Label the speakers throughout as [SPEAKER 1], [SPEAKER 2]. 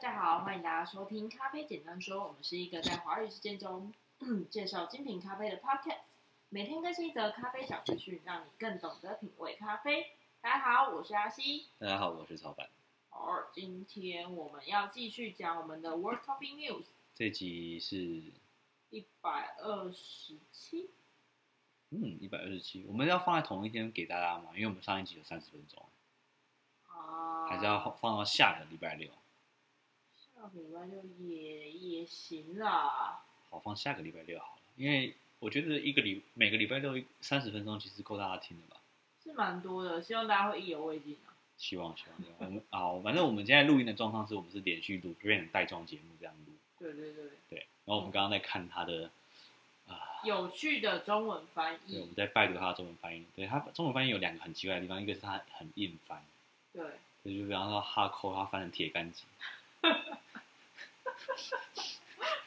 [SPEAKER 1] 家好，欢迎大家收听《咖啡简单说》，我们是一个在华语世界中 介绍精品咖啡的 podcast，每天更新一则咖啡小资讯，让你更懂得品味咖啡。大家好，我是阿西。
[SPEAKER 2] 大家好，我是曹板。
[SPEAKER 1] 而今天我们要继续讲我们的 World Coffee News
[SPEAKER 2] 这集是
[SPEAKER 1] 一百二十七，
[SPEAKER 2] 嗯一百二十七，我们要放在同一天给大家嘛，因为我们上一集有三十分钟，
[SPEAKER 1] 啊，
[SPEAKER 2] 还是要放到下个礼拜六。
[SPEAKER 1] 下个礼拜六也也行啦。
[SPEAKER 2] 好，放下个礼拜六好了，因为我觉得一个礼每个礼拜六三十分钟其实够大家听的吧。
[SPEAKER 1] 是蛮多的，希望大家会意犹未尽啊。
[SPEAKER 2] 希望希望希望我们 啊，反正我们现在录音的状况是我们是连续录，有点带状节目这样录。
[SPEAKER 1] 对对对，
[SPEAKER 2] 对，然后我们刚刚在看他的啊，
[SPEAKER 1] 有趣的中文翻
[SPEAKER 2] 对，我
[SPEAKER 1] 译
[SPEAKER 2] 们，在拜读他的中文翻译。对他中文翻译有两个很奇怪的地方，一个是他很硬翻，
[SPEAKER 1] 对，
[SPEAKER 2] 就是比方说哈扣他翻成铁杆子，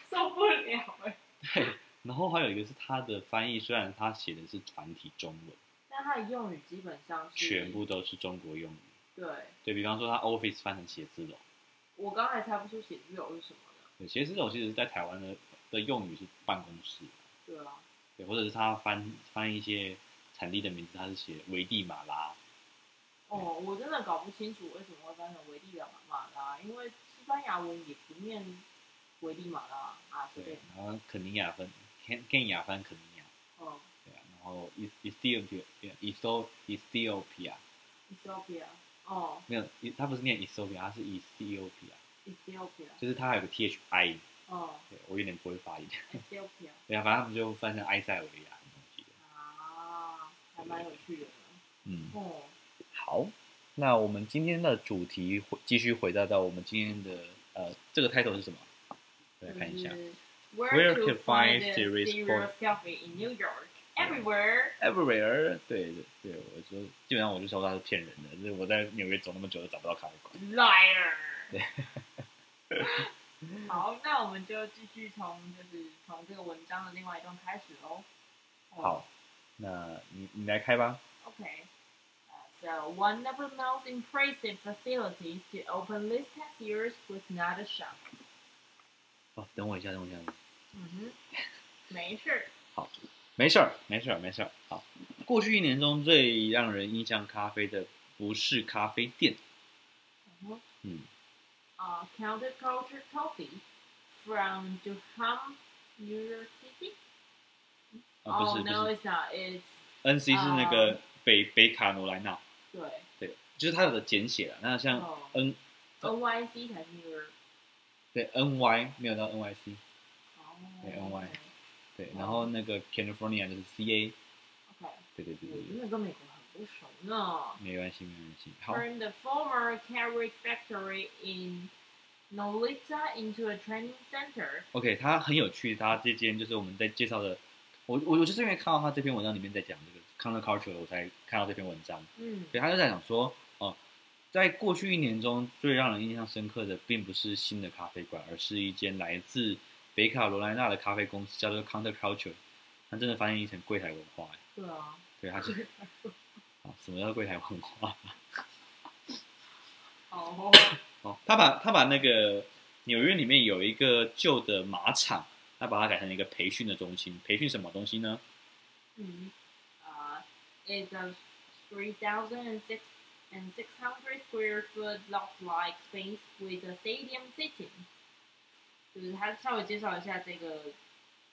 [SPEAKER 1] 受不了哎、
[SPEAKER 2] 对，然后还有一个是他的翻译，虽然他写的是繁体中文，
[SPEAKER 1] 但它的用语基本上是
[SPEAKER 2] 全部都是中国用语。
[SPEAKER 1] 对。
[SPEAKER 2] 对比方说，他 office 翻成写字楼，
[SPEAKER 1] 我刚才猜不出写字楼是什么的，
[SPEAKER 2] 对，写字楼其实在台湾的的用语是办公室，
[SPEAKER 1] 对啊，
[SPEAKER 2] 对，或者是他翻翻一些产地的名字，他是写危地马拉，
[SPEAKER 1] 哦，我真的搞不清楚为什么会翻成维利亚马拉，因为西班牙文也不念维利马拉啊，随
[SPEAKER 2] 对
[SPEAKER 1] 便，，
[SPEAKER 2] 然后肯尼亚翻肯肯尼亚翻肯尼亚，
[SPEAKER 1] 嗯
[SPEAKER 2] 对啊，然后 Ethiopia Etho- Ethiopia
[SPEAKER 1] ，Ethiopia，哦
[SPEAKER 2] 没有，他不是念 Ethiopia，他是 Ethiopia，
[SPEAKER 1] ，Ethiopia，
[SPEAKER 2] 就是他还有个 T H I，
[SPEAKER 1] 哦
[SPEAKER 2] 对我有点不会发音。
[SPEAKER 1] ，Ethiopia，
[SPEAKER 2] 对啊，反正他们就翻成埃塞俄比亚什么东西的。
[SPEAKER 1] 啊，还蛮有趣的呢，
[SPEAKER 2] 嗯，
[SPEAKER 1] 哦，
[SPEAKER 2] 好，那我们今天的主题回继续回到到我们今天的呃，这个 title 是什么？我来看一下。
[SPEAKER 1] 就是
[SPEAKER 2] Where
[SPEAKER 1] Where to
[SPEAKER 2] to find
[SPEAKER 1] find the
[SPEAKER 2] serious
[SPEAKER 1] serious
[SPEAKER 2] coffee?
[SPEAKER 1] coffee in New York? Everywhere.
[SPEAKER 2] Everywhere，对对对，我就基本上我就说他是骗人的，就是我在纽约走那么久都找不到咖啡馆。
[SPEAKER 1] liar。好，那我们就继续从就是从这个文章的另外一段开始喽。哦
[SPEAKER 2] 好，那你你来开吧。
[SPEAKER 1] Okay. Uh, So one never knows impressive facilities to open this past years was not a shock.
[SPEAKER 2] 哦，等我一下，等我一下。
[SPEAKER 1] 嗯哼， 没事儿。
[SPEAKER 2] 好，没事儿，没事儿，没事儿。好，过去一年中最让人印象咖啡的不是咖啡店，
[SPEAKER 1] 嗯哼
[SPEAKER 2] 嗯，
[SPEAKER 1] 啊、c o u n t e r c u l t u r e Coffee from Durham, New York City.
[SPEAKER 2] 啊不是
[SPEAKER 1] oh
[SPEAKER 2] 不
[SPEAKER 1] no,
[SPEAKER 2] 是
[SPEAKER 1] it's not. It's
[SPEAKER 2] ，NC 是那个北北卡罗来纳。
[SPEAKER 1] 对
[SPEAKER 2] 对，就是它有的简写了。那像
[SPEAKER 1] 哦
[SPEAKER 2] N
[SPEAKER 1] ，NYC 才是 New York。
[SPEAKER 2] 对 N Y 没有到 N Y C，
[SPEAKER 1] 哦
[SPEAKER 2] 对，NY
[SPEAKER 1] OK
[SPEAKER 2] 对
[SPEAKER 1] 哦，
[SPEAKER 2] 然后那个 California 就是 C A，
[SPEAKER 1] OK，
[SPEAKER 2] 对对对
[SPEAKER 1] 我
[SPEAKER 2] 对
[SPEAKER 1] 真
[SPEAKER 2] 对，
[SPEAKER 1] 的跟美国很不熟呢。
[SPEAKER 2] 没关系没关系。好，
[SPEAKER 1] Turned the former carriage factory in Nolita into a training center.
[SPEAKER 2] OK，它很有趣，它这间就是我们在介绍的，我我我就是因为看到他这篇文章里面在讲这个 counterculture，我才看到这篇文章。
[SPEAKER 1] 嗯，
[SPEAKER 2] 对，他就在讲说，哦、在过去一年中最让人印象深刻的，并不是新的咖啡馆，而是一间来自北卡罗来纳的咖啡公司，叫做 Counterculture。它真的翻译成柜台文化，哎
[SPEAKER 1] 对啊，
[SPEAKER 2] 对，它是 啊，什么叫柜台文化？
[SPEAKER 1] 哦，
[SPEAKER 2] 哦，他把他把那个纽约里面有一个旧的马场，他把它改成一个培训的中心，培训什么东西呢？
[SPEAKER 1] 嗯，啊，is Uh, a three thousand and six and six hundred square foot loft-like space with a stadium seating. 就是他稍微介绍一下这个，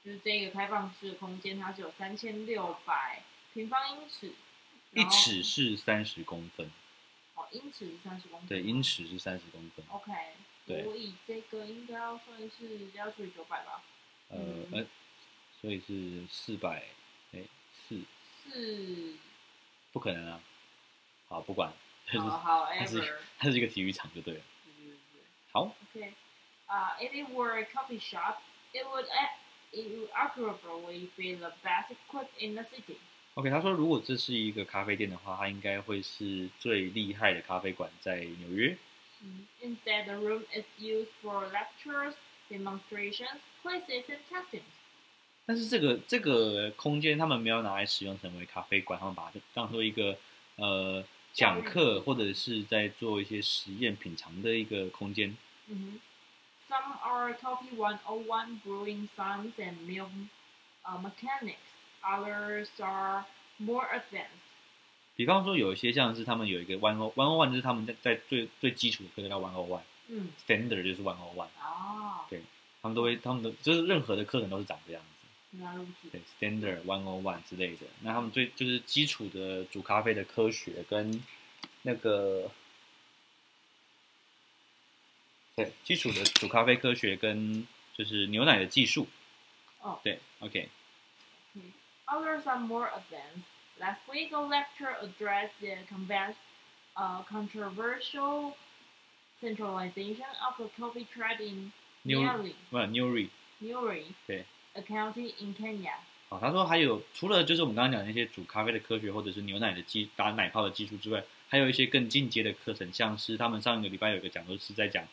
[SPEAKER 1] 就是这个开放式的空间，它是有三千六百平方英尺，
[SPEAKER 2] 一
[SPEAKER 1] 然后
[SPEAKER 2] 尺是三十公分，
[SPEAKER 1] 哦，英尺是三十公分。
[SPEAKER 2] 对，英。尺是三十公分，
[SPEAKER 1] OK，
[SPEAKER 2] 对
[SPEAKER 1] 所以这个应该要算是要除以九百吧？
[SPEAKER 2] 呃
[SPEAKER 1] 嗯
[SPEAKER 2] 呃，所以是四百，哎，四
[SPEAKER 1] 是，
[SPEAKER 2] 不可能啊！好，不管， 它是
[SPEAKER 1] 好好
[SPEAKER 2] 它是
[SPEAKER 1] ever，
[SPEAKER 2] 它是一个体育场就对了。好，
[SPEAKER 1] OK，啊、i f Uh, it were a coffee shop, it would a- it would arguably be the best equipped in the city.
[SPEAKER 2] OK，他说如果这是一个咖啡店的话，它应该会是最厉害的咖啡馆在纽约。
[SPEAKER 1] Instead, the room is used for lectures, demonstrations, quizzes, and testing.
[SPEAKER 2] 但是这个这个空间他们没有拿来使用成为咖啡馆，他们把它当做一个呃
[SPEAKER 1] 教育
[SPEAKER 2] 讲课或者是在做一些实验品尝的一个空间。
[SPEAKER 1] 嗯 Some are Coffee 101 brewing science and mill uh, mechanics. Others are more advanced.
[SPEAKER 2] 比方说有一些像是他们有一个 one o one o one，就是他们在在最最基础的课叫 one o one
[SPEAKER 1] 嗯，
[SPEAKER 2] standard 就是 one o one，
[SPEAKER 1] 哦，
[SPEAKER 2] 他们都会他们的就是任何的课程都是长这样子。
[SPEAKER 1] 原来如此。
[SPEAKER 2] 对，standard one o one 之类的。那他们最就是基础的煮咖啡的科学跟那个，对，基础的煮咖啡科学跟就是牛奶的技术。
[SPEAKER 1] 哦
[SPEAKER 2] 对，OK，
[SPEAKER 1] Others are more advanced. Last week, a lecture addressed the conven- uh, controversial centralization of the coffee trade in
[SPEAKER 2] New-
[SPEAKER 1] Nyeri,
[SPEAKER 2] 不，Newry。
[SPEAKER 1] Nyeri,
[SPEAKER 2] 对。
[SPEAKER 1] a county in Kenya.
[SPEAKER 2] 哦，他说还有除了就是我们刚刚讲的那些煮咖啡的科学或者是牛奶的技打奶泡的技术之外，还有一些更进阶的课程，像是他们上一个礼拜有一个讲座是在讲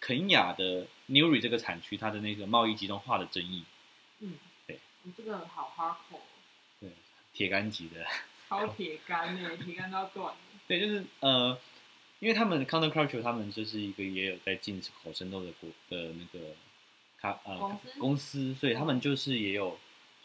[SPEAKER 2] 肯雅的 Newry 这个产区它的那个贸易集中化的争议，
[SPEAKER 1] 嗯，
[SPEAKER 2] 对，
[SPEAKER 1] 这个好 hardcore，
[SPEAKER 2] 铁杆级的。
[SPEAKER 1] 超铁杆的，铁杆到断。
[SPEAKER 2] 对，就是呃，因为他们 counterculture，他们就是一个也有在进口生豆的国的那个咖呃
[SPEAKER 1] 公司哦
[SPEAKER 2] 公司，所以他们就是也有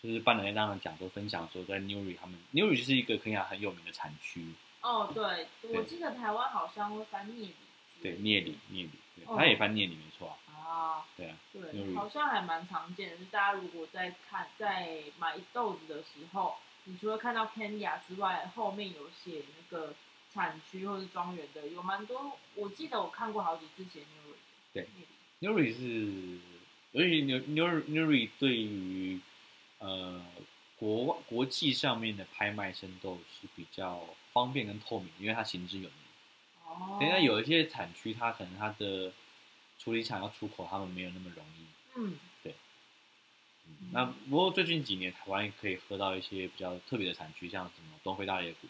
[SPEAKER 2] 就是办了那样的讲座分享说，在 Newry 他们 Newry 就是一个肯亚很有名的产区，
[SPEAKER 1] 哦，对，我
[SPEAKER 2] 对
[SPEAKER 1] 记得台湾好像会翻聂里。
[SPEAKER 2] 对，聂里。聂里，对，
[SPEAKER 1] 嗯哦
[SPEAKER 2] 他也翻聂里没错啊，
[SPEAKER 1] 啊，
[SPEAKER 2] 对啊，
[SPEAKER 1] 对，
[SPEAKER 2] 嗯
[SPEAKER 1] 好像还蛮常见的。是大家如果在看在买豆子的时候，你除了看到 Kenya 之外，后面有写那个产区或者庄园的，有蛮多。我记得我看过好几次写 Newry。
[SPEAKER 2] 对，Newry 是，尤其 New New Newry 对于呃国外国际上面的拍卖生豆是比较方便跟透明的，因为它行之有年。
[SPEAKER 1] 哦。
[SPEAKER 2] 等一下，有一些产区，它可能它的处理厂要出口，他们没有那么容易。
[SPEAKER 1] 嗯，
[SPEAKER 2] 嗯那不过最近几年，台湾也可以喝到一些比较特别的产区，像什么东非大裂谷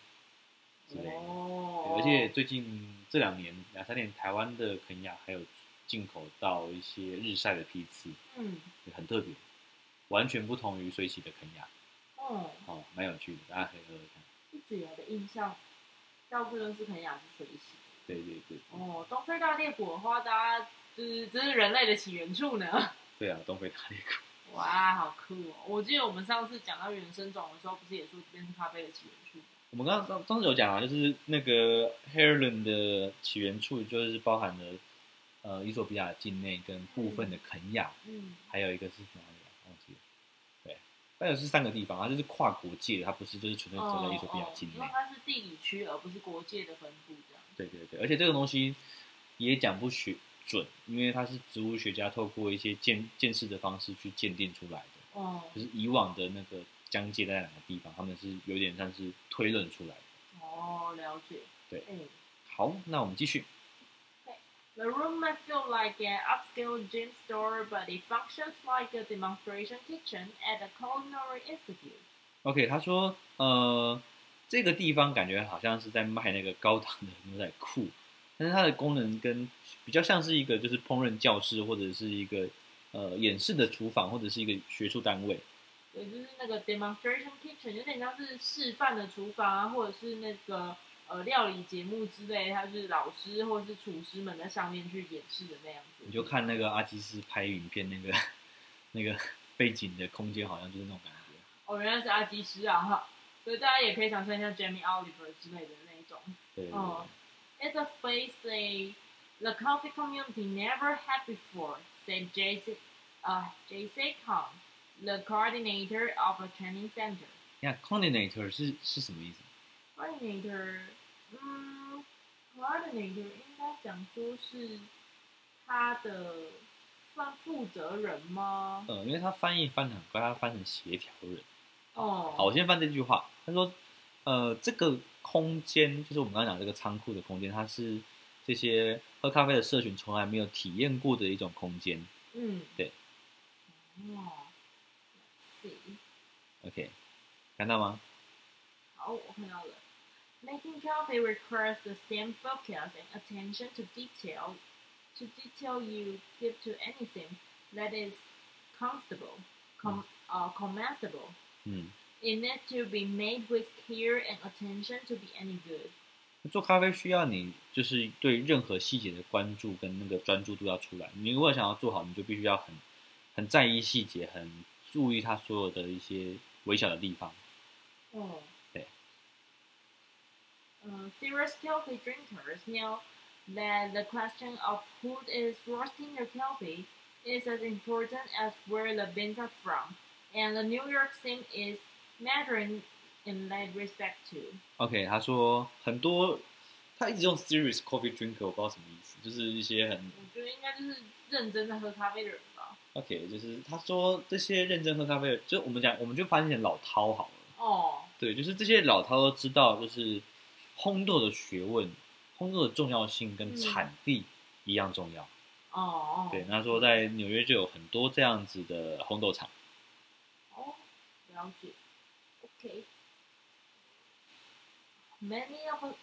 [SPEAKER 2] 之类的。
[SPEAKER 1] 哦
[SPEAKER 2] 对。而且最近这两年两三年，台湾的肯亚还有进口到一些日晒的批次，
[SPEAKER 1] 嗯，
[SPEAKER 2] 也很特别，完全不同于水洗的肯亚，
[SPEAKER 1] 哦，
[SPEAKER 2] 哦，蛮有趣的，大家可以喝喝看。
[SPEAKER 1] 一直以来的印象，大部分是肯雅是水洗。
[SPEAKER 2] 对对对，
[SPEAKER 1] 哦，东非大裂谷的话，大家就是这是人类的起源处呢。
[SPEAKER 2] 对啊，东非大裂谷，
[SPEAKER 1] 哇，好酷哦！我记得我们上次讲到原生种的时候，不是也说这边是咖啡的起源处？
[SPEAKER 2] 我们刚刚上上次有讲啊，就是那个 h e r l a n 的起源处就是包含了呃伊索比亚的境内跟部分的肯亚，
[SPEAKER 1] 嗯，
[SPEAKER 2] 还有一个是什么来着？忘记了。对，还有是三个地方，它就是跨国界的，它不是就是纯粹只在伊索比亚境
[SPEAKER 1] 因
[SPEAKER 2] 内
[SPEAKER 1] 为。哦它是地理区，而不是国界的分布这样。
[SPEAKER 2] 对对对，而且这个东西也讲不学准，因为它是植物学家透过一些见见识的方式去鉴定出来的，
[SPEAKER 1] 哦
[SPEAKER 2] 就是以往的那个疆界在哪个地方，他们是有点像是推论出来的。
[SPEAKER 1] 哦，了解。
[SPEAKER 2] 对
[SPEAKER 1] 哎
[SPEAKER 2] 好，那我们继续。
[SPEAKER 1] The room might feel like an upscale gym store, but it functions like a demonstration kitchen at a culinary institute.
[SPEAKER 2] OK，他说，呃，这个地方感觉好像是在卖那个高档的牛仔裤，但是它的功能跟比较像是一个就是烹饪教室或者是一个呃演示的厨房或者是一个学术单位。
[SPEAKER 1] 对，就是那个 demonstration kitchen，有点像是示范的厨房啊，或者是那个呃料理节目之类，它是老师或者是厨师们在上面去演示的那样子。
[SPEAKER 2] 你就看那个阿基斯拍影片那个 那个背景的空间，好像就是那种感觉。
[SPEAKER 1] 哦，原来是阿基师啊哈，所以大家也可以想象一下 Jamie Oliver 之类的那一种。
[SPEAKER 2] 对对对。
[SPEAKER 1] 哦It's a space they the coffee community never had before, said JC, uh, JC Kang, the coordinator of a training center.
[SPEAKER 2] 你看 coordinator 是是什么意思？
[SPEAKER 1] coordinator，嗯，coordinator 应该讲说是他的算负责人吗？
[SPEAKER 2] 呃，因为他翻译翻的很快，他翻成协调人。
[SPEAKER 1] 哦，
[SPEAKER 2] 好，我先翻这句话。他说，呃，这个空间就是我们刚刚讲这个仓库的空间，它是这些喝咖啡的社群从来没有体验过的一种空间。
[SPEAKER 1] 嗯，
[SPEAKER 2] 对，
[SPEAKER 1] 哦，let's see，
[SPEAKER 2] OK，看到吗？
[SPEAKER 1] 好，我看到了。Making coffee requires the same focus and attention to detail, to detail you give to anything that is comfortable, com,
[SPEAKER 2] Mm.
[SPEAKER 1] uh, commendable.
[SPEAKER 2] 嗯，
[SPEAKER 1] It needs to be made with care and attention to be any good.
[SPEAKER 2] 做咖啡需要你就是对任何细节的关注跟那个专注度要出来。你如果想要做好，你就必须要很很在意细节，很注意它所有的一些微小的地方。
[SPEAKER 1] Oh.
[SPEAKER 2] Yeah.
[SPEAKER 1] Uh, serious coffee drinkers know that the question of who is roasting the coffee is as important as where the beans are from, and the New York scene is mattering in that respect too.
[SPEAKER 2] OK，他说很多，他一直用 serious coffee drinker，我不知道什么意思，就是一些很
[SPEAKER 1] 我觉得应该就是认真的喝咖啡的人吧。
[SPEAKER 2] OK，就是他说这些认真喝咖啡的，就我们讲，我们就发现老饕好了。
[SPEAKER 1] 哦，
[SPEAKER 2] 对，就是这些老饕都知道，就是烘豆的学问、烘豆的重要性跟产地一样重要。
[SPEAKER 1] 哦，哦
[SPEAKER 2] 对，，那说在纽约就有很多这样子的烘豆厂。
[SPEAKER 1] 哦，了解。Okay. Many of the-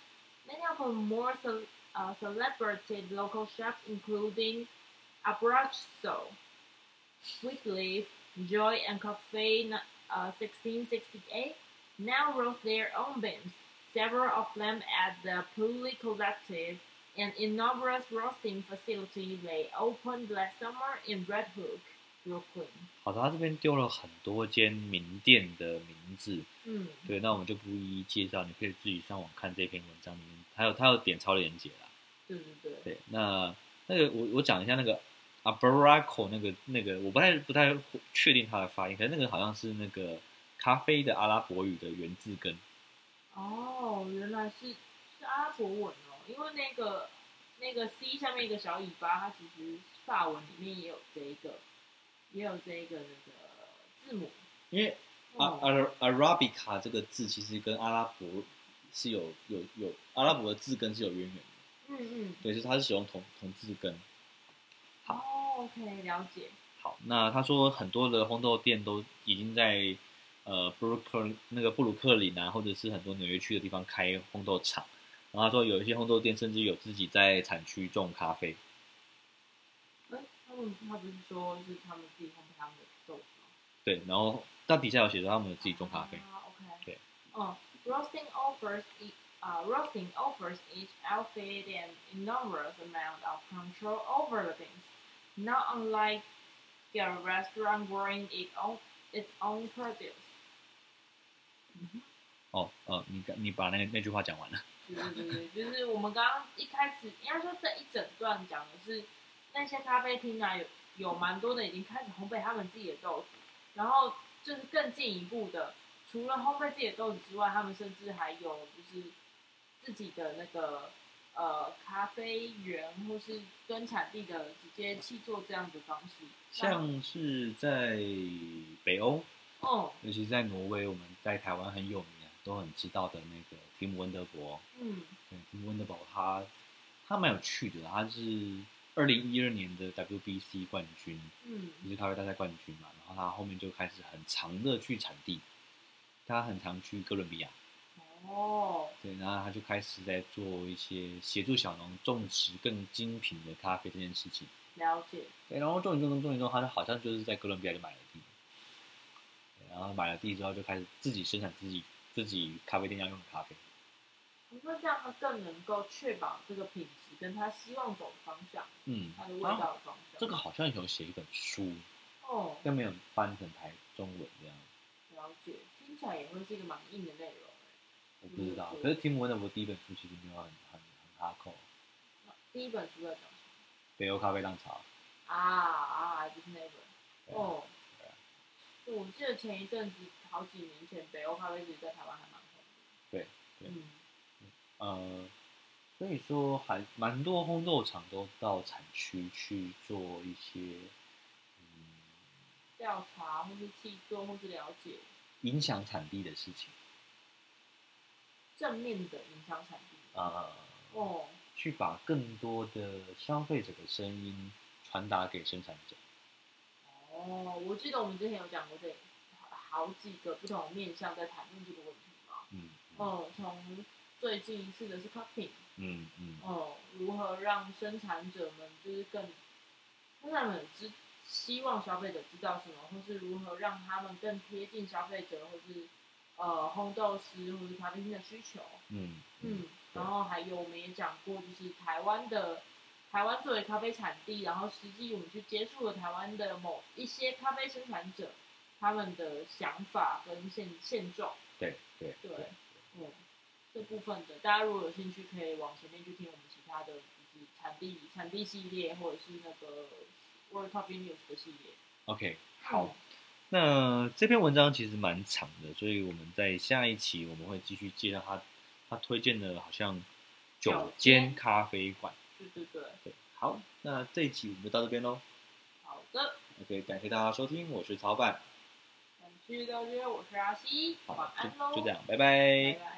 [SPEAKER 1] many of the more ce- uh, celebrated local chefs, including Abruzzo, Wheatleaf, Joy, and Cafe n- uh, 1668, now roast their own beans. Several of them at the Puli Collective, an enormous roasting facility they opened last summer in Red Hook, Brooklyn.
[SPEAKER 2] 好的，他这边丢了很多间名店的名字，
[SPEAKER 1] Mm.
[SPEAKER 2] 对，那我们就不一一介绍，你可以自己上网看这篇文章里面，还有他有点超链接啦。
[SPEAKER 1] 对对对，
[SPEAKER 2] 对，那那个我我讲一下那个 Abraco 那个那个，我不太不太确定它的发音，可是那个好像是那个咖啡的阿拉伯语的源自根。
[SPEAKER 1] 哦，原来是是阿拉伯文哦，因为那个那个 C 下面一个小尾巴，它其实法文里面也有这一个，也有这一个那个字母。
[SPEAKER 2] 因为阿
[SPEAKER 1] 哦，
[SPEAKER 2] 阿阿拉比卡这个字其实跟阿拉伯是有有有阿拉伯的字根是有渊源的，
[SPEAKER 1] 嗯嗯，
[SPEAKER 2] 对，就是它是使用同同字根。好
[SPEAKER 1] 哦，OK，了解。
[SPEAKER 2] 好，那他说很多的烘豆店都已经在呃布鲁克那个布鲁克林啊，或者是很多纽约区的地方开烘豆厂。然后他说有一些烘豆店甚至有自己在产区种咖啡。
[SPEAKER 1] 哎，他们他不是说是他们自己烘焙他们的豆子吗？
[SPEAKER 2] 对，然后到底下有写到他们有自己种咖啡。
[SPEAKER 1] 啊，OK。
[SPEAKER 2] 对。
[SPEAKER 1] 嗯，roasting offers e- 啊 roasting offers each outfit an enormous amount of control over the beans, not unlike a restaurant growing its own its own produce.
[SPEAKER 2] 哦，呃，你你把那那句话讲完了。
[SPEAKER 1] 对对对，对，就是我们刚刚一开始，应该说这一整段讲的是那些咖啡厅啊，有有蛮多的已经开始烘焙他们自己的豆子，然后就是更进一步的，除了烘焙自己的豆子之外，他们甚至还有就是自己的那个呃咖啡园或是跟产地的直接去做这样的方式。
[SPEAKER 2] 像是在北欧，
[SPEAKER 1] 哦，
[SPEAKER 2] 尤其是在挪威，我们在台湾很有名的，都很知道的那个提姆温德伯。
[SPEAKER 1] 嗯，
[SPEAKER 2] 对，提姆温德堡他他蛮有趣的啦，他是二零一二年的 WBC 冠军，
[SPEAKER 1] 嗯
[SPEAKER 2] 也是咖啡大赛冠军嘛。然后他后面就开始很长的去产地，他很常去哥伦比亚，
[SPEAKER 1] 嗯，哦，
[SPEAKER 2] 对，然后他就开始在做一些协助小农种植更精品的咖啡这件事情。
[SPEAKER 1] 了解，
[SPEAKER 2] 对，然后种一种种一种，他就好像就是在哥伦比亚就买了地，对然后买了地之后就开始自己生产自己自己咖啡店要用的咖啡。
[SPEAKER 1] 你说这样他更能够确保这个品质跟他希望走的方向。
[SPEAKER 2] 嗯，
[SPEAKER 1] 它的味道的方向。
[SPEAKER 2] 这个好像有写一本书，
[SPEAKER 1] 哦，
[SPEAKER 2] 但没有翻成台中文这样，
[SPEAKER 1] 了解，听起来也会是一个蛮硬的内容。
[SPEAKER 2] 我不知道。
[SPEAKER 1] 嗯
[SPEAKER 2] 可是提姆温的我第一本书其实没有很很很哈口，
[SPEAKER 1] 那第一本书在讲什么？
[SPEAKER 2] 北欧咖啡浪潮，
[SPEAKER 1] 啊啊，就是那
[SPEAKER 2] 对
[SPEAKER 1] 本。
[SPEAKER 2] 啊
[SPEAKER 1] 哦
[SPEAKER 2] 对啊，
[SPEAKER 1] 就我记得前一阵子，好几年前，北欧咖啡其实在台湾还蛮红的。
[SPEAKER 2] 对对
[SPEAKER 1] 嗯，
[SPEAKER 2] 呃，所以说还蛮多烘豆厂都到产区去做一些，嗯，
[SPEAKER 1] 调查或是去做或是了解
[SPEAKER 2] 影响产地的事情
[SPEAKER 1] 正面的影响产地。
[SPEAKER 2] 啊。呃
[SPEAKER 1] 哦，
[SPEAKER 2] 去把更多的消费者的声音传达给生产者。
[SPEAKER 1] 哦，我记得我们之前有讲过这好好几个不同的面向在谈论这个问题嘛。
[SPEAKER 2] 嗯
[SPEAKER 1] 哦，从最近一次的是 cupping。
[SPEAKER 2] 嗯嗯，
[SPEAKER 1] 哦，如何让生产者们就是更，生产者知希望消费者知道什么，或是如何让他们更贴近消费者，或是呃烘豆师或是咖啡厅的需求。
[SPEAKER 2] 嗯嗯，
[SPEAKER 1] 嗯，然后还有我们也讲过，就是台湾的台湾作为咖啡产地，然后实际我们去接触了台湾的某一些咖啡生产者，他们的想法跟现现状，
[SPEAKER 2] 对对
[SPEAKER 1] 对，嗯，这部分的大家如果有兴趣，可以往前面去听我们其他的，就是产地产地系列，或者是那个 World Coffee News 的系列。嗯
[SPEAKER 2] ，OK，好，那这篇文章其实蛮长的，所以我们在下一期我们会继续介绍他他推荐的好像九
[SPEAKER 1] 九
[SPEAKER 2] 间
[SPEAKER 1] 间
[SPEAKER 2] 咖啡馆。
[SPEAKER 1] 嗯，对对对，
[SPEAKER 2] 对，好，那这一期我们就到这边喽。
[SPEAKER 1] 好的，
[SPEAKER 2] OK，感谢大家收听，我是曹板，
[SPEAKER 1] 本期到这，我是阿西，
[SPEAKER 2] 好
[SPEAKER 1] 晚安喽，
[SPEAKER 2] 就就这样，拜哎
[SPEAKER 1] 拜拜。